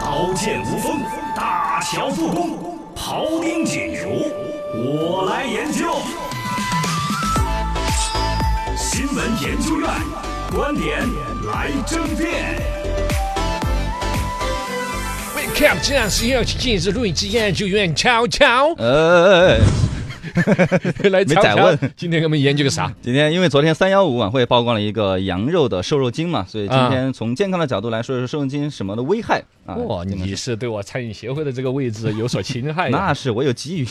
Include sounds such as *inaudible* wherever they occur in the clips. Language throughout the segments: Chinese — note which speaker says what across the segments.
Speaker 1: 刀剑无锋，大乔复工，庖丁解牛，我来研究。新闻研究院观点来争辩。
Speaker 2: Wake up！这样是要去进入录影之研究院，悄
Speaker 3: *laughs*
Speaker 2: 悄
Speaker 3: 呃，
Speaker 2: 哎来
Speaker 3: 没
Speaker 2: 瞧
Speaker 3: 宰
Speaker 2: 瞧
Speaker 3: 问
Speaker 2: 今天给我们研究个啥？
Speaker 3: 今天因为昨天三幺五晚会曝光了一个羊肉的瘦肉精嘛，所以今天从健康的角度来说，说瘦肉精什么的危害啊？
Speaker 2: 哇，
Speaker 3: 这个
Speaker 2: 你是对我餐饮协会的这个位置有所侵害呀！
Speaker 3: *laughs* 那是我有给予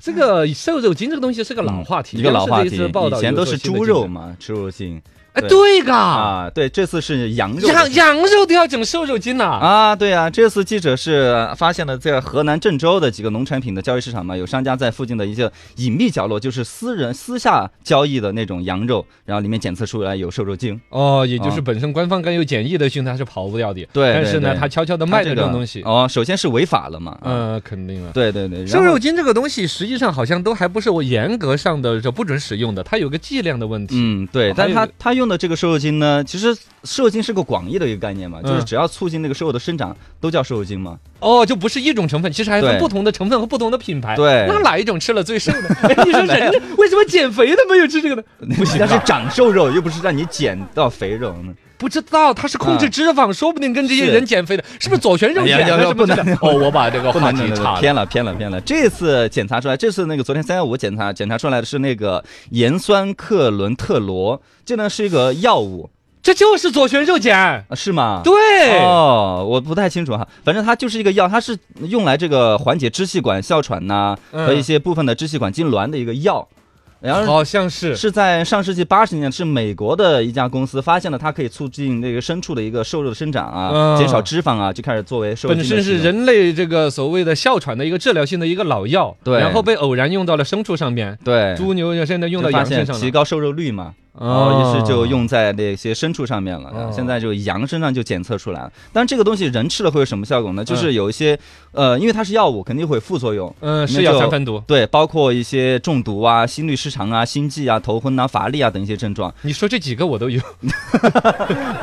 Speaker 2: 这个瘦肉精这个东西是个 *laughs* 老话题，
Speaker 3: 嗯一个老话
Speaker 2: 央视
Speaker 3: 题，
Speaker 2: 的一次报道
Speaker 3: 以 *laughs* 前都是猪肉
Speaker 2: 嘛。
Speaker 3: 嘛，吃肉精
Speaker 2: 哎，
Speaker 3: 对
Speaker 2: 对噶，
Speaker 3: 啊，对，这次是羊
Speaker 2: *laughs*
Speaker 3: 肉
Speaker 2: 羊羊肉都要整瘦肉精呐。
Speaker 3: 啊，对啊，这次记者是发现了在河南郑州的几个农产品的交易市场嘛，有商家在附近的一些隐秘角落，就是私人私下交易的那种羊肉，然后里面检测出来有瘦肉精。
Speaker 2: 哦，也就是
Speaker 3: 啊
Speaker 2: 本身官方甘油检疫的讯，它是跑不掉的。
Speaker 3: 对
Speaker 2: 但是呢，
Speaker 3: 对对
Speaker 2: 它悄悄的
Speaker 3: 它
Speaker 2: 卖的
Speaker 3: 个
Speaker 2: 这种东西，
Speaker 3: 哦，首先是违法了嘛，嗯，
Speaker 2: 嗯，肯定啊。
Speaker 3: 对对对，然
Speaker 2: 瘦
Speaker 3: 后
Speaker 2: 肉精这个东西，实际上好像都还不是我严格上的这不准使用的，它有个剂量的问题。
Speaker 3: 嗯，对，
Speaker 2: 还
Speaker 3: 但
Speaker 2: 有
Speaker 3: 他
Speaker 2: 一个
Speaker 3: 他用的这个瘦肉精呢，其实瘦肉精是个广义的一个概念嘛，就是
Speaker 2: 嗯
Speaker 3: 只要促进那个瘦肉的生长，都叫瘦肉精嘛。
Speaker 2: 哦，就不是一种成分，其实还分
Speaker 3: 对
Speaker 2: 不同的成分和不同的品牌。
Speaker 3: 对
Speaker 2: 那哪一种吃了最瘦 *laughs* 呢？哎你说人这为什么减肥的没有吃这个呢？ *laughs* 不行啊
Speaker 3: *laughs* 但是
Speaker 2: 吧，
Speaker 3: 长瘦肉又不是让你减到肥肉呢。
Speaker 2: 不知道他是控制
Speaker 3: 嗯
Speaker 2: 脂肪，说不定跟这些
Speaker 3: 是
Speaker 2: 人减肥的，啊是不是左旋肉
Speaker 3: 哎呀
Speaker 2: 碱
Speaker 3: 要
Speaker 2: 啊
Speaker 3: 要
Speaker 2: 什么之类
Speaker 3: 不能
Speaker 2: 的？哦，我把这个
Speaker 3: 不
Speaker 2: 话
Speaker 3: 能
Speaker 2: 题
Speaker 3: 能能
Speaker 2: 岔了。
Speaker 3: 偏了偏了偏了。这次检查出来，这次那个昨天三幺五检查检查出来的是那个盐酸克伦特罗，这呢是一个药物
Speaker 2: 这就是左旋肉碱，
Speaker 3: 啊，是吗？。
Speaker 2: 对，
Speaker 3: 哦，我不太清楚哈，反正它就是一个药，它是用来这个缓解支气管哮喘呐、
Speaker 2: 嗯
Speaker 3: 和一些部分的支气管痉挛的一个药，然后
Speaker 2: 好像是。
Speaker 3: 是在上世纪八十年，是美国的一家公司发现了它可以促进那个牲畜的一个瘦肉的生长
Speaker 2: 嗯
Speaker 3: 啊，减少脂肪啊，就开始作为瘦肉
Speaker 2: 本
Speaker 3: 精的
Speaker 2: 身是
Speaker 3: 使用
Speaker 2: 人类这个所谓的哮喘的一个治疗性的一个老药，
Speaker 3: 对
Speaker 2: 然后被偶然用到了牲畜上面，
Speaker 3: 对
Speaker 2: 猪牛现在用到
Speaker 3: 就发
Speaker 2: 羊身
Speaker 3: 现
Speaker 2: 上
Speaker 3: 提
Speaker 2: 了。
Speaker 3: 高瘦肉率嘛，
Speaker 2: 哦
Speaker 3: 哦，于是就用在那些牲畜上面了。然
Speaker 2: 哦
Speaker 3: 后现在就羊身上就检测出来了。但是这个东西人吃了会有什么效果呢？就是有一些，呃，因为它是药物，肯定会有副作用。
Speaker 2: 嗯，
Speaker 3: 那
Speaker 2: 是药
Speaker 3: 就
Speaker 2: 三分毒。
Speaker 3: 对，包括一些中毒啊、心律失常啊、心悸啊、头昏啊、乏力啊等一些症状， *laughs*
Speaker 2: 你说这几个我都有。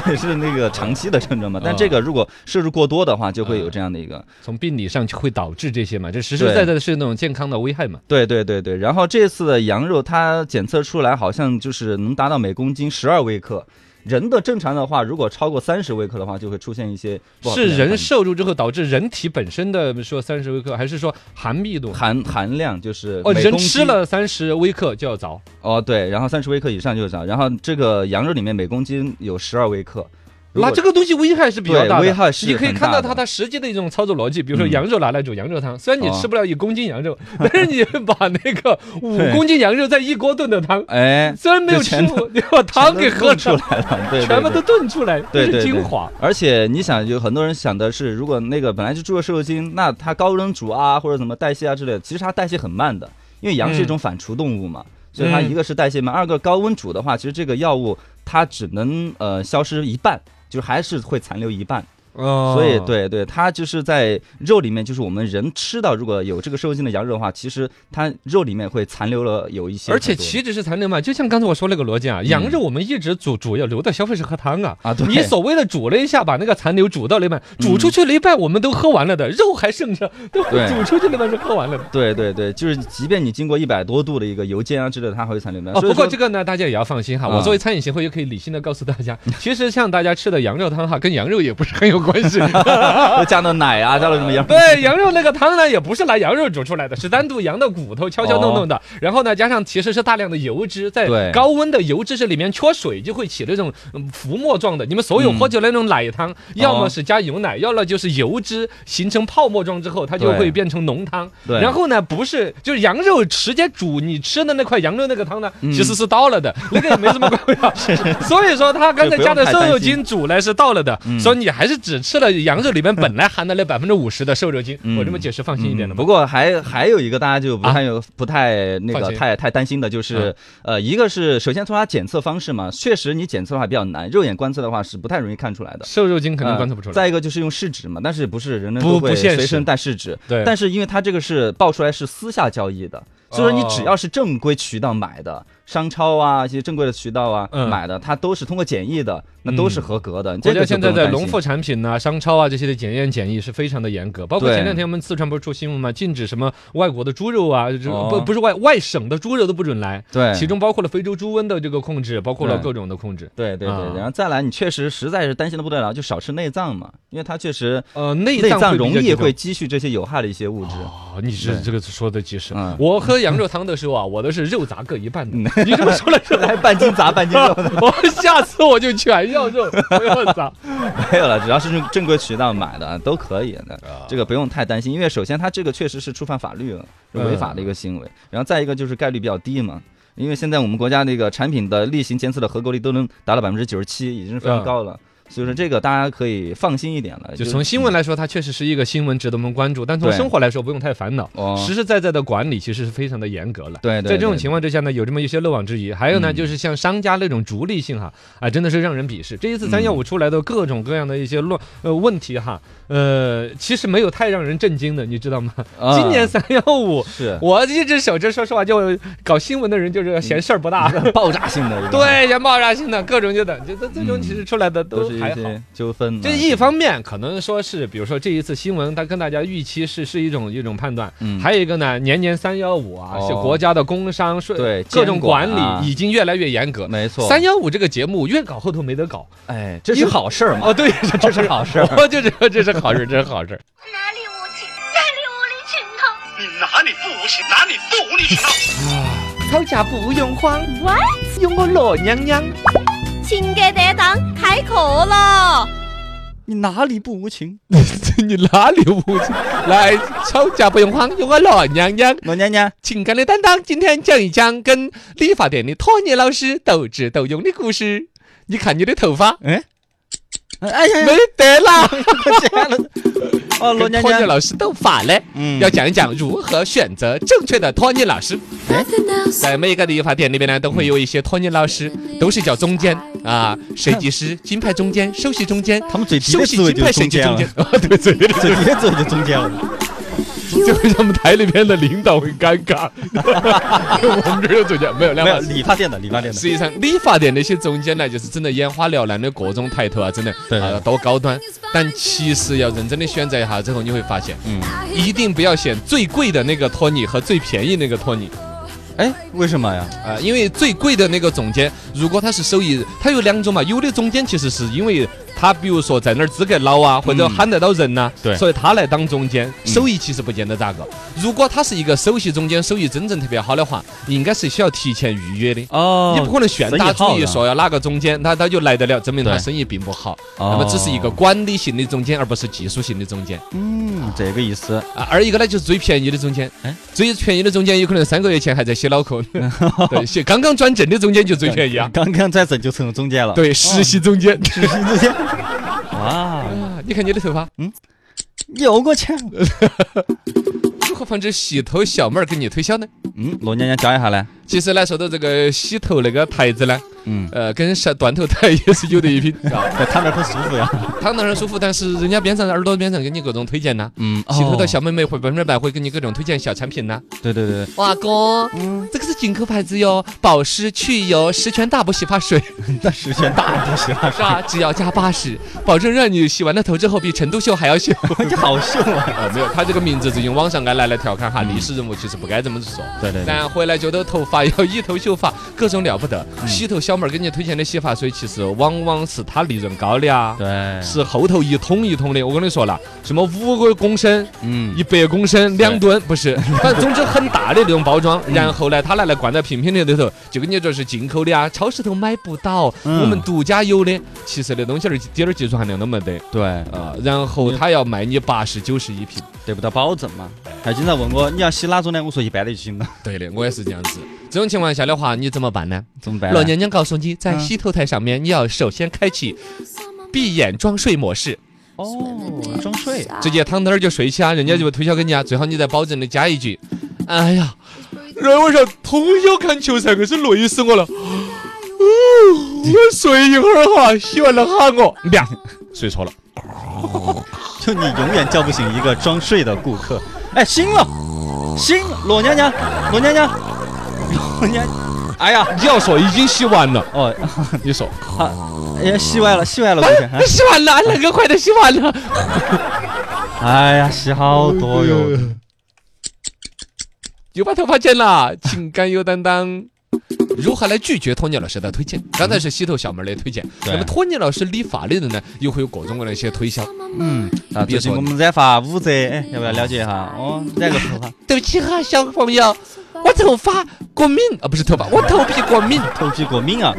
Speaker 3: 也是那个长期的症状嘛。但
Speaker 2: 哦嗯
Speaker 3: 这个如果摄入过多的话，就会有这样的一个。
Speaker 2: 从病理上就会导致这些嘛，这实实在在的是那种健康的危害嘛。
Speaker 3: 对对对对。然后这次的羊肉，它检测出来好像就是能达到每公斤十二微克。人的正常的话，如果超过三十微克的话，就会出现一些不好
Speaker 2: 是
Speaker 3: 的反应
Speaker 2: 人摄入之后导致人体本身的，比如说三十微克，还是说含密度？
Speaker 3: 含含量就是
Speaker 2: 哦，
Speaker 3: 每
Speaker 2: 人
Speaker 3: 公斤
Speaker 2: 吃了三十微克就要着，
Speaker 3: 哦，对，然后三十微克以上就是这样，然后这个羊肉里面每公斤有十二微克，如
Speaker 2: 那
Speaker 3: 果
Speaker 2: 这个东西危害是比较
Speaker 3: 对
Speaker 2: 大的。
Speaker 3: 危害是
Speaker 2: 你可以
Speaker 3: 很
Speaker 2: 看到
Speaker 3: 大
Speaker 2: 它
Speaker 3: 的
Speaker 2: 它实际的一种操作逻辑，比如说
Speaker 3: 嗯
Speaker 2: 羊肉拿来煮羊肉汤，虽然你
Speaker 3: 哦
Speaker 2: 吃不了一公斤羊肉， *laughs* 但是你把那个五公斤羊肉在一锅炖的汤，
Speaker 3: 哎，
Speaker 2: 虽然没有
Speaker 3: 就
Speaker 2: 吃
Speaker 3: 全
Speaker 2: 过，你把汤给喝
Speaker 3: 全都弄
Speaker 2: 了，
Speaker 3: 出来
Speaker 2: *laughs*
Speaker 3: 了，对，对
Speaker 2: 全部
Speaker 3: 对
Speaker 2: 都炖出来，这
Speaker 3: 对
Speaker 2: 是
Speaker 3: 对
Speaker 2: 精
Speaker 3: 对
Speaker 2: 华。
Speaker 3: 而且你想，有很多人想的是，如果那个本来就猪肉瘦肉精，那它高温煮啊，或者怎么代谢啊之类的，其实它代谢很慢的，因为羊是一种反刍动物嘛，所以它
Speaker 2: 嗯
Speaker 3: 一个是代谢慢，二个高温煮的话，其实这个药物它只能呃消失一半，就是还是会残留一半。
Speaker 2: 哦
Speaker 3: 所以，对对，它就是在肉里面，就是我们人吃到如果有这个瘦肉精的羊肉的话，其实它肉里面会残留了有一些很
Speaker 2: 而
Speaker 3: 多，嗯
Speaker 2: 且岂止是残留嘛，就像刚才我说那个逻辑啊，羊肉我们一直煮，主要留到消费者喝汤啊。
Speaker 3: 啊，对，
Speaker 2: 你所谓的煮了一下，把那个残留煮到了一半，煮出去了一半，我们都喝完了的，肉还剩着， *laughs* 都
Speaker 3: 对
Speaker 2: 煮出去了一半是喝完了的。 *laughs*
Speaker 3: 对对对，就是即便你经过一百多度的一个油煎啊之类的，它还会残留的。
Speaker 2: 哦，
Speaker 3: 所以
Speaker 2: 不过
Speaker 3: 说
Speaker 2: 这个呢，大家也要放心哈。
Speaker 3: 啊
Speaker 2: 我作为餐饮协会，也可以理性的告诉大家， *laughs* 其实像大家吃的羊肉汤哈，跟羊肉也不是很有关
Speaker 3: *laughs*
Speaker 2: 系。
Speaker 3: 又加了奶啊，加了什么羊？ *laughs*
Speaker 2: 对，羊肉那个汤呢，也不是拿羊肉煮出来的，是单独羊的骨头敲敲弄弄的，然后呢，加上其实是大量的油脂，在
Speaker 3: 哦对
Speaker 2: 高温的油脂是里面缺水，就会起那种嗯浮沫状的。你们所有喝酒那种奶
Speaker 3: 嗯
Speaker 2: 汤，要么是加牛奶，要么就是油脂形成泡沫状之后，它就
Speaker 3: 对
Speaker 2: 会变成浓汤。
Speaker 3: 对
Speaker 2: 然后呢，不是就是羊肉直接煮你吃的那块羊肉那个汤呢，
Speaker 3: 嗯
Speaker 2: 其实是倒了的，那个也没什么关
Speaker 3: *laughs*
Speaker 2: 系。啊所以说，他刚才
Speaker 3: 就不
Speaker 2: 加
Speaker 3: 用
Speaker 2: 的
Speaker 3: 太
Speaker 2: 瘦
Speaker 3: 担
Speaker 2: 肉
Speaker 3: 心
Speaker 2: 精煮呢是到了的，
Speaker 3: 嗯
Speaker 2: 所以你还是只吃了羊肉里面本来含的那百分之五十的瘦肉精。
Speaker 3: 嗯
Speaker 2: 我这么解释放心一点了
Speaker 3: 嗯
Speaker 2: 吗
Speaker 3: 不？过还还有一个大家就不
Speaker 2: 啊
Speaker 3: 太有、不太那
Speaker 2: 放
Speaker 3: 个
Speaker 2: 心
Speaker 3: 太太担心的就是，
Speaker 2: 嗯
Speaker 3: 呃，一个是首先从它检测方式嘛，确实你检测的话比较难，肉眼观测的话是不太容易看出来的。
Speaker 2: 瘦肉精肯定
Speaker 3: 呃
Speaker 2: 观测不出来。
Speaker 3: 再一个就是用试纸嘛，但是不是人人
Speaker 2: 不
Speaker 3: 都
Speaker 2: 不
Speaker 3: 会
Speaker 2: 现
Speaker 3: 随
Speaker 2: 实
Speaker 3: 身带试纸？
Speaker 2: 对哦
Speaker 3: 但是因为它这个是爆出来是私下交易的，所以说你只要是正规渠道买的，商超啊，一些正规的渠道啊
Speaker 2: 嗯
Speaker 3: 买的，它都是通过检疫的，那都是合格的。
Speaker 2: 国
Speaker 3: 这
Speaker 2: 家
Speaker 3: 个就
Speaker 2: 现
Speaker 3: 不
Speaker 2: 在
Speaker 3: 用
Speaker 2: 在
Speaker 3: 担
Speaker 2: 农
Speaker 3: 心
Speaker 2: 副产品呐、商超啊这些的检验检疫是非常的严格，包括
Speaker 3: 对
Speaker 2: 前两天我们四川不是出新闻嘛，禁止什么外国的猪肉啊，这
Speaker 3: 哦
Speaker 2: 不不是外外省的猪肉都不准来，
Speaker 3: 对，
Speaker 2: 其中包括了非洲猪瘟的这个控制，包括了
Speaker 3: 对
Speaker 2: 各种的控制。
Speaker 3: 对对对，
Speaker 2: 啊
Speaker 3: 然后再来，你确实实在是担心的不得了，就少吃内脏嘛，因为它确实
Speaker 2: 呃，内
Speaker 3: 内
Speaker 2: 脏
Speaker 3: 脏
Speaker 2: 会比较
Speaker 3: 容易
Speaker 2: 紧张
Speaker 3: 会积蓄这些有害的一些物质。
Speaker 2: 哦，你是
Speaker 3: 对
Speaker 2: 这个说的及时
Speaker 3: 嗯。
Speaker 2: 我喝羊肉汤的时
Speaker 3: *laughs*
Speaker 2: 候啊，我都是肉杂各一半的。你这么说了之后，
Speaker 3: 还半斤杂半斤肉的
Speaker 2: 我 *laughs* 下次我就全要肉，不要杂。
Speaker 3: 没有了，只要是正正规渠道买的啊都可以的，
Speaker 2: 啊
Speaker 3: 这个不用太担心，因为首先它这个确实是触犯法律了，是违法
Speaker 2: 嗯
Speaker 3: 的一个行为，然后再一个就是概率比较低嘛，因为现在我们国家那个产品的例行检测的合格率都能达到百分之九十七，已经是非常
Speaker 2: 嗯
Speaker 3: 高了，所以说这个大家可以放心一点了。
Speaker 2: 就从新闻来说，它确实是一个新闻值得我们关注，但从
Speaker 3: 对
Speaker 2: 生活来说，不用太烦恼。
Speaker 3: 哦，
Speaker 2: 实实在在的管理其实是非常的严格了。
Speaker 3: 对对，
Speaker 2: 在这种
Speaker 3: 对
Speaker 2: 情况之下呢，有这么一些漏网之鱼。还有呢，
Speaker 3: 嗯
Speaker 2: 就是像商家那种逐利性哈，啊，真的是让人鄙视。这一次三幺
Speaker 3: 嗯
Speaker 2: 五出来的各种各样的一些乱呃问题哈，呃，其实没有太让人震惊的，你知道吗？
Speaker 3: *laughs* 啊
Speaker 2: 今年三幺五，
Speaker 3: 是
Speaker 2: 我一直守着，说实话，就搞新闻的人就是嫌事儿不大，*laughs*
Speaker 3: 嗯爆炸性的一个，
Speaker 2: 对，嫌爆炸性的各种就等，就这最终
Speaker 3: 嗯
Speaker 2: 其实出来的
Speaker 3: 都
Speaker 2: 都
Speaker 3: 是一
Speaker 2: 还好。
Speaker 3: 些纠纷啊。
Speaker 2: 这嗯一方面可能说是，比如说这一次新闻，它跟大家预期是是一种一种判断，
Speaker 3: 嗯
Speaker 2: 还有一个呢，年年三幺五啊，
Speaker 3: 哦
Speaker 2: 是国家的工商税
Speaker 3: 对
Speaker 2: 各种
Speaker 3: 监管啊
Speaker 2: 理已经越来越严格。
Speaker 3: 没错，
Speaker 2: 三幺五这个节目越搞后头没得 *laughs* 搞
Speaker 3: 哎，这是好事儿嘛，
Speaker 2: 哦，对，
Speaker 3: 这是好事儿。
Speaker 2: *laughs* 我就知道这是好事，这是好事。
Speaker 4: 哪里无情，哪里无啊理取闹。
Speaker 1: 你嗯哪里不无情，啊哪里不无理取闹。
Speaker 2: *laughs* 吵架不用慌，
Speaker 4: What？
Speaker 2: 用我老娘娘。
Speaker 4: 情感担当开课了。
Speaker 3: 你哪里不无情？
Speaker 2: *laughs* 你哪里无情？来，吵架不用慌，用我老娘娘。
Speaker 3: 老娘娘，
Speaker 2: 情感的担当，今天讲一讲跟理发店的托尼老师斗智斗勇的故事。你看你的头发
Speaker 3: 哎，哎呀，
Speaker 2: 没得啦，
Speaker 3: 这样了。哦，老
Speaker 2: 跟
Speaker 3: 娘
Speaker 2: 托尼
Speaker 3: 娘，
Speaker 2: 老师斗法嘞。
Speaker 3: 嗯
Speaker 2: 要讲一讲如何选择正确的托尼老师。在每一个理发店里面呢，都会有一些托尼老师，都是叫中间啊，设计师、金牌中间、首席中间，
Speaker 3: 他们嘴皮
Speaker 2: 首
Speaker 3: 的
Speaker 2: 席
Speaker 3: 思维
Speaker 2: 金
Speaker 3: 就
Speaker 2: 牌
Speaker 3: 是
Speaker 2: 设
Speaker 3: 中
Speaker 2: 计
Speaker 3: 间
Speaker 2: 中
Speaker 3: 了
Speaker 2: 间，，啊，对，嘴里
Speaker 3: 嘴皮的思维就中间 *laughs* 了。
Speaker 2: 就会让我们台里面的领导很尴尬。我们这个中间没有两
Speaker 3: 没有
Speaker 2: 码
Speaker 3: 理发店的，理发店的
Speaker 2: 实，际上，理发店那些中间呢，就是真的眼花缭乱的各种抬头啊，真的
Speaker 3: 对
Speaker 2: 啊多高端。但其实要认真的选择一下之后，你会发现，嗯，一定不要选最贵的那个托尼和最便宜那个托尼
Speaker 3: 哎，为什么呀？
Speaker 2: 啊，因为最贵的那个中间，如果他是手艺，他有两种嘛，有的中间其实是因为他比如说在那儿资格老啊，或者喊得到人呐、
Speaker 3: 嗯对
Speaker 2: 所以他来当中间，手艺其实不见得咋个。如果他是一个首席中间，手艺真正特别好的话，应该是需要提前预约的。
Speaker 3: 哦
Speaker 2: 你不可能炫打主
Speaker 3: 生意
Speaker 2: 意
Speaker 3: 好呢
Speaker 2: 说要啊哪个中间，他他就来得了，证明他
Speaker 3: 对
Speaker 2: 生意并不好。
Speaker 3: 哦
Speaker 2: 那么只是一个管理型的中间，而不是技术型的中间。
Speaker 3: 嗯，这个意思。 *laughs*
Speaker 2: 啊，二一个呢就是最便宜的中间
Speaker 3: 哎，
Speaker 2: 最便宜的中间有可能三个月前还在写脑壳 *laughs* 呢，对，写刚刚转正的中间就最便宜啊。
Speaker 3: 刚刚在整就成中间了。，
Speaker 2: 对，哦 *laughs* 实习中间，
Speaker 3: 中间。哇，
Speaker 2: 啊你看你的头发，
Speaker 3: 有过钱。
Speaker 2: 如何防止洗头小妹儿给你推销呢？
Speaker 3: 嗯，老娘娘教一下 *laughs* 嘞。
Speaker 2: 其实呢，说到这个洗头那个台子呢，
Speaker 3: 嗯，
Speaker 2: 呃，跟上断头台也是有的一 *laughs* 拼，啊
Speaker 3: 在他那很舒服呀。
Speaker 2: 躺到那儿舒服，但是人家边上耳朵边上给你各种推荐呐。
Speaker 3: 嗯，
Speaker 2: 洗头的
Speaker 3: 哦
Speaker 2: 小妹妹会百分之百会给你各种推荐小产品呐、
Speaker 3: 对对对，对
Speaker 2: 哇哥，这个是进口牌子哟，保湿去油，十全大补洗发水
Speaker 3: 但十全大补洗发
Speaker 2: 是吧？只要加八十，保证让你洗完了头之后比成都秀还要秀。
Speaker 3: 水， *laughs* 你好秀啊。
Speaker 2: *laughs* 呃，没有，他这个名字是用网上挨来来调侃哈，历史人物其实不该这么 *laughs* 说。
Speaker 3: 对对对，
Speaker 2: 但回来觉得头发要以头秀发，各种了不得。洗头小妹儿给你推荐的洗发水，其实往往是它利润高的啊。
Speaker 3: *laughs* 对，
Speaker 2: 是后头一桶一桶的，我跟你说了，什么五个公升，
Speaker 3: 嗯，
Speaker 2: 一百公升两吨不是，反正总之很大的那种包装。
Speaker 3: 嗯
Speaker 2: 然后呢，它拿来灌在瓶瓶里头，就跟你说是进口的啊，超市头买不到，
Speaker 3: 嗯
Speaker 2: 我们独家有的。其实那东西儿一点儿技术含量都没得
Speaker 3: 对，
Speaker 2: 啊。然后他要卖你八十九十一瓶。
Speaker 3: 得不到保证嘛。还经常问我你要洗哪种呢？我说一般的就行了， *laughs*
Speaker 2: 对的，我也是这样子。这种情况下的话，你怎么办呢？
Speaker 3: 怎么办呢？
Speaker 2: 老娘娘告诉你，在
Speaker 3: 嗯
Speaker 2: 洗头台上面，你要首先开启闭眼装睡模式。
Speaker 3: 哦，装睡，
Speaker 2: 直接躺到那儿就睡去啊，人家就推销给你啊。最好你再保证的加一句：“哎呀，昨晚上通宵看球赛，可是累死我了。”哦，我睡一会儿哈，洗完了喊 *laughs* 我，呀，睡错了。
Speaker 3: 就你永远叫不醒一个装睡的顾客。哎，醒了，行，老娘娘，老娘娘，老娘，哎呀，
Speaker 2: 你要说已经洗完了， *laughs*
Speaker 3: 哦，
Speaker 2: 你说哎
Speaker 3: 啊，哎呀，洗完了，洗完了，不是，啊
Speaker 2: 洗完了，那个快点洗完了。
Speaker 3: 哎呀，洗好多
Speaker 2: 哎
Speaker 3: 哟。
Speaker 2: 又把头发剪了，情感有担当。如何来拒绝托尼老师的推荐？刚才是西头小妹儿的推荐，
Speaker 3: 对
Speaker 2: 那么托尼老师理发的人呢，又会有各种各样的一些推销。
Speaker 3: 嗯，啊，最近我们染发五折，哎，要不要了解一下？哦，染个头发，
Speaker 2: 对不起哈、小朋友，我头发过敏啊，不是头发，我头皮过 *laughs* 敏。
Speaker 3: 头皮过敏啊。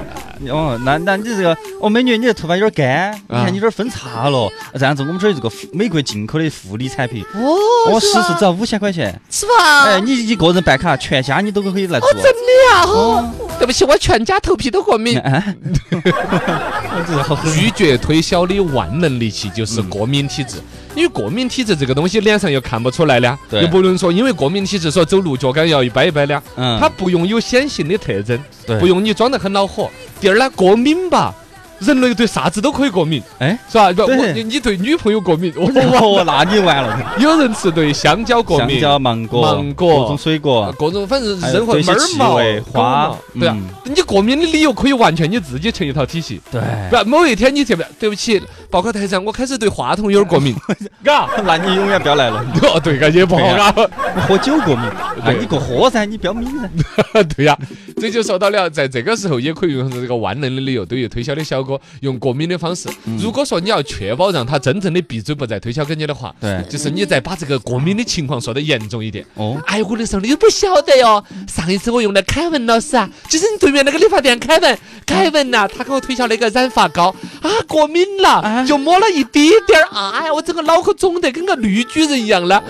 Speaker 3: 哦，那那你这个，哦，美女，你的头发有点干，
Speaker 2: 啊
Speaker 3: 你看你有点分叉了。这样子，我们这儿有这个复美国进口的护理产品，
Speaker 2: 哦
Speaker 3: 我试试只要五千块钱。
Speaker 2: 是吧
Speaker 3: 哎，你一个人办卡，全家你都可以来做
Speaker 2: 哦，。真的呀、哦，对不起，我全家头皮都过敏。
Speaker 3: 哎，我这个好狠。
Speaker 2: *laughs* 拒绝推销的万能利器就是过敏体质，因为过敏体质这个东西脸上又看不出来的，
Speaker 3: 对
Speaker 2: 又不能说因为过敏体质说走路脚杆要一掰一掰的，
Speaker 3: 嗯，
Speaker 2: 它不用有显性的特征，
Speaker 3: 对
Speaker 2: 不用你装得很恼火。第二呢，过敏吧，人类对啥子都可以过敏， *laughs*
Speaker 3: 哎，
Speaker 2: 是吧？不，
Speaker 3: 对
Speaker 2: 我你你对女朋友过敏，我
Speaker 3: 哦，那你完了。
Speaker 2: 有人是对香蕉哎过
Speaker 3: 香
Speaker 2: 敏，
Speaker 3: 蕉、芒果、
Speaker 2: 芒果
Speaker 3: 各种水果，
Speaker 2: 呃各种反正
Speaker 3: 还有
Speaker 2: 任何
Speaker 3: 对一些
Speaker 2: 门儿
Speaker 3: 气
Speaker 2: 毛
Speaker 3: 味、
Speaker 2: 狗
Speaker 3: 花
Speaker 2: 毛，对啊，
Speaker 3: 嗯
Speaker 2: 你过敏的理由可以完全你自己成一套体系。
Speaker 3: 对，
Speaker 2: 不，某一天你特别对不起，报告台长，我开始对话筒有点过
Speaker 3: *laughs*
Speaker 2: 敏，嘎。
Speaker 3: 那你永远不要来了。
Speaker 2: 哦，对个也不好
Speaker 3: 对
Speaker 2: 啊，
Speaker 3: 我喝酒过敏，那
Speaker 2: 对
Speaker 3: 你过喝噻，你不要敏
Speaker 2: *laughs*
Speaker 3: 噻。
Speaker 2: 对呀、这就说到了，在这个时候也可以用这个万能的理由对于推销的小哥用过敏的方式。
Speaker 3: 嗯
Speaker 2: 如果说你要确保让他真正的闭嘴不再推销给你的话，
Speaker 3: 对，
Speaker 2: 就是你再把这个过敏的情况说的严重一点。
Speaker 3: 哦，
Speaker 2: 哎，我的时候你都不晓得哟。上一次我用的凯文老师啊，就是你对面那个理发店凯文，凯文呐、他给我推销那个染发膏啊，过敏了，就抹了一滴点儿，哎呀，我整个脑壳肿得跟个绿巨人一样了。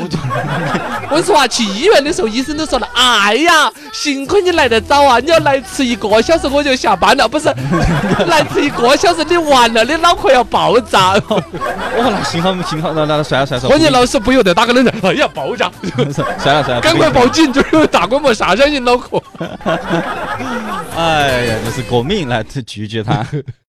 Speaker 2: 我说啊，去医院的时候，医生都说了，哎呀，幸亏你来得早啊，你要来迟一个小时我就下班了，不是，来迟一个小时你完了，你脑壳要爆 *laughs* 炸。
Speaker 3: 哦，那幸好幸好，那那算了算了，
Speaker 2: 关键老师不由得打个冷战，哎呀，爆 *laughs* 炸，
Speaker 3: 算了算了，算了
Speaker 2: 赶快报！警，就是大规模杀伤性脑壳。
Speaker 3: 哎呀，就是过敏来拒绝他。